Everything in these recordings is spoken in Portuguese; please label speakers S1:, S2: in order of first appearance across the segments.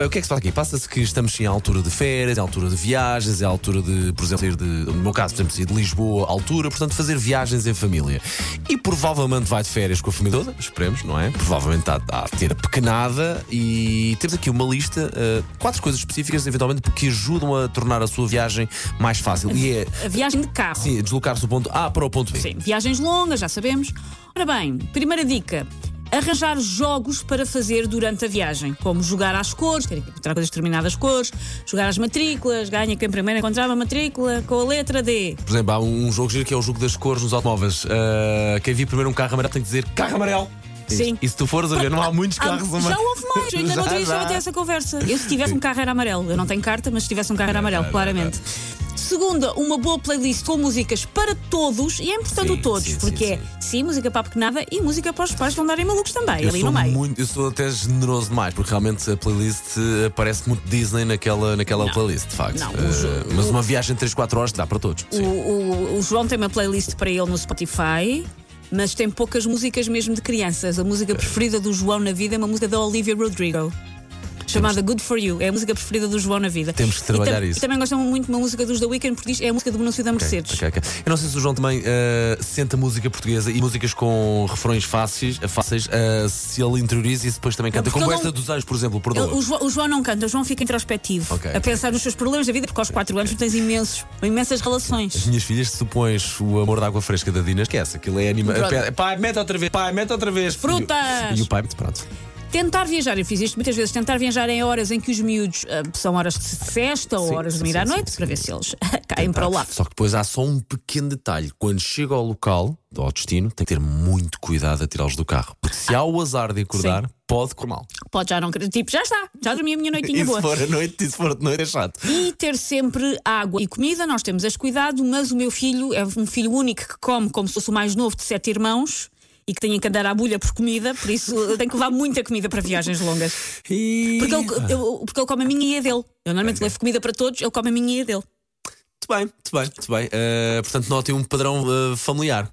S1: O que é que se passa aqui? Passa-se que estamos sim à altura de férias, à altura de viagens, é à altura de, por exemplo, sair de, no meu caso, por exemplo, sair de Lisboa à altura, portanto, fazer viagens em família. E provavelmente vai de férias com a família toda, esperemos, não é? Provavelmente está está a ter a pequenada e temos aqui uma lista, eh, quatro coisas específicas, eventualmente, que ajudam a tornar a sua viagem mais fácil. E é
S2: A viagem de carro.
S1: sim, deslocar-se do ponto A para o ponto B.
S2: Sim, viagens longas, já sabemos. Ora bem, primeira dica. Arranjar jogos para fazer durante a viagem, como jogar às cores, ter que encontrar coisas de determinadas cores, jogar às matrículas, ganha quem primeiro encontrava a matrícula com a letra D.
S1: Por exemplo, há um jogo giro que é o jogo das cores nos automóveis. Ah, quem vir primeiro um carro amarelo tem que dizer carro amarelo.
S2: Sim.
S1: E se tu fores a ver, não há muitos
S2: Ah,
S1: carros amarelos.
S2: já houve mais, eu ainda não
S1: Já,
S2: tinha
S1: já.
S2: até essa conversa. Eu, se tivesse um carro, era amarelo. Eu não tenho carta, mas se tivesse um carro, era
S1: É,
S2: amarelo, claramente. Segunda, uma boa playlist com músicas para todos, e é importante
S1: Sim,
S2: o todos,
S1: sim, sim,
S2: porque
S1: sim.
S2: é sim, música para a pequenada e música para os pais não darem malucos também,
S1: Eu
S2: ali
S1: sou
S2: no meio.
S1: Muito, eu sou até generoso demais, porque realmente a playlist eh, parece muito Disney naquela, naquela
S2: Não.
S1: playlist, de facto.
S2: Não, um o
S1: Eh,
S2: jo-
S1: mas
S2: o-
S1: uma viagem de 3, 4 horas dá para todos.
S2: O, o- o João tem uma playlist para ele no Spotify, mas tem poucas músicas mesmo de crianças. A música preferida do João na vida é uma música da Olivia Rodrigo. Chamada Good For You, é a música preferida do João na vida.
S1: Temos que
S2: E
S1: trabalhar
S2: tam-
S1: isso.
S2: E também gostam muito de uma música dos The Weeknd, porque diz é a música do Bonúncio da Mercedes.
S1: Ok, ok. Eu não sei se o João também eh, sente a música portuguesa e músicas com refrões fáceis, fáceis eh, se ele interioriza e depois também canta.
S2: porque
S1: Como
S2: ele
S1: esta
S2: não-
S1: dos anjos, por exemplo,
S2: Ele-
S1: perdoa.
S2: o, João, o João não canta, o João fica introspectivo,
S1: Ok,
S2: a pensar nos seus problemas da vida, porque aos 4 anos tu tens imensos,
S1: As
S2: imensas relações.
S1: minhas filhas, se tu pões o amor da água fresca da Dina, esquece. Aquilo é anima.
S2: Pronto.
S1: Pede, Pai, mete outra vez, pai, mete outra vez. filho."
S2: Frutas!
S1: E o pai, muito pronto.
S2: Tentar viajar, eu fiz isto muitas vezes, tentar viajar em horas em que os miúdos ah, são horas de sexta ou
S1: Sim,
S2: horas de
S1: sim,
S2: dormir à
S1: sim,
S2: noite,
S1: sim,
S2: para ver se eles caem para o lado.
S1: Só que depois há só um pequeno detalhe. Quando chega ao local, ao destino, tem que ter muito cuidado a tirá-los do carro. Porque se há o azar de acordar, pode correr mal.
S2: Pode já não querer, tipo, já está, já dormi a minha noitinha
S1: E se
S2: boa.
S1: for à noite, e se for de noite, é chato.
S2: E ter sempre água e comida, nós temos este cuidado, mas o meu filho é um filho único que come como se fosse o mais novo de sete irmãos e que tem que andar à bulha por comida, por isso eu tenho que levar muita comida para viagens longas.
S1: E...
S2: Porque ele, eu- porque ele come a minha e a dele. Eu normalmente levo comida para todos, ele come a minha e a dele.
S1: Muito bem, muito bem, muito bem. Eh, portanto, notem um padrão eh, familiar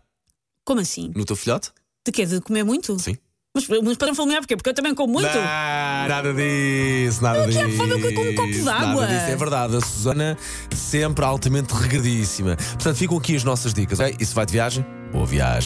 S2: Como assim?
S1: no teu filhote?
S2: De quê? De comer muito?
S1: Sim.
S2: Mas, mas para não familiar, porquê? Porque eu também como muito.
S1: Não, nada disso, nada
S2: que
S1: disso.
S2: é fome, eu como um copo d'água.
S1: Nada disso, é verdade. A Susana sempre altamente regradíssima. Portanto, ficam aqui as nossas dicas, ok? Isso vai de viagem? Boa viagem.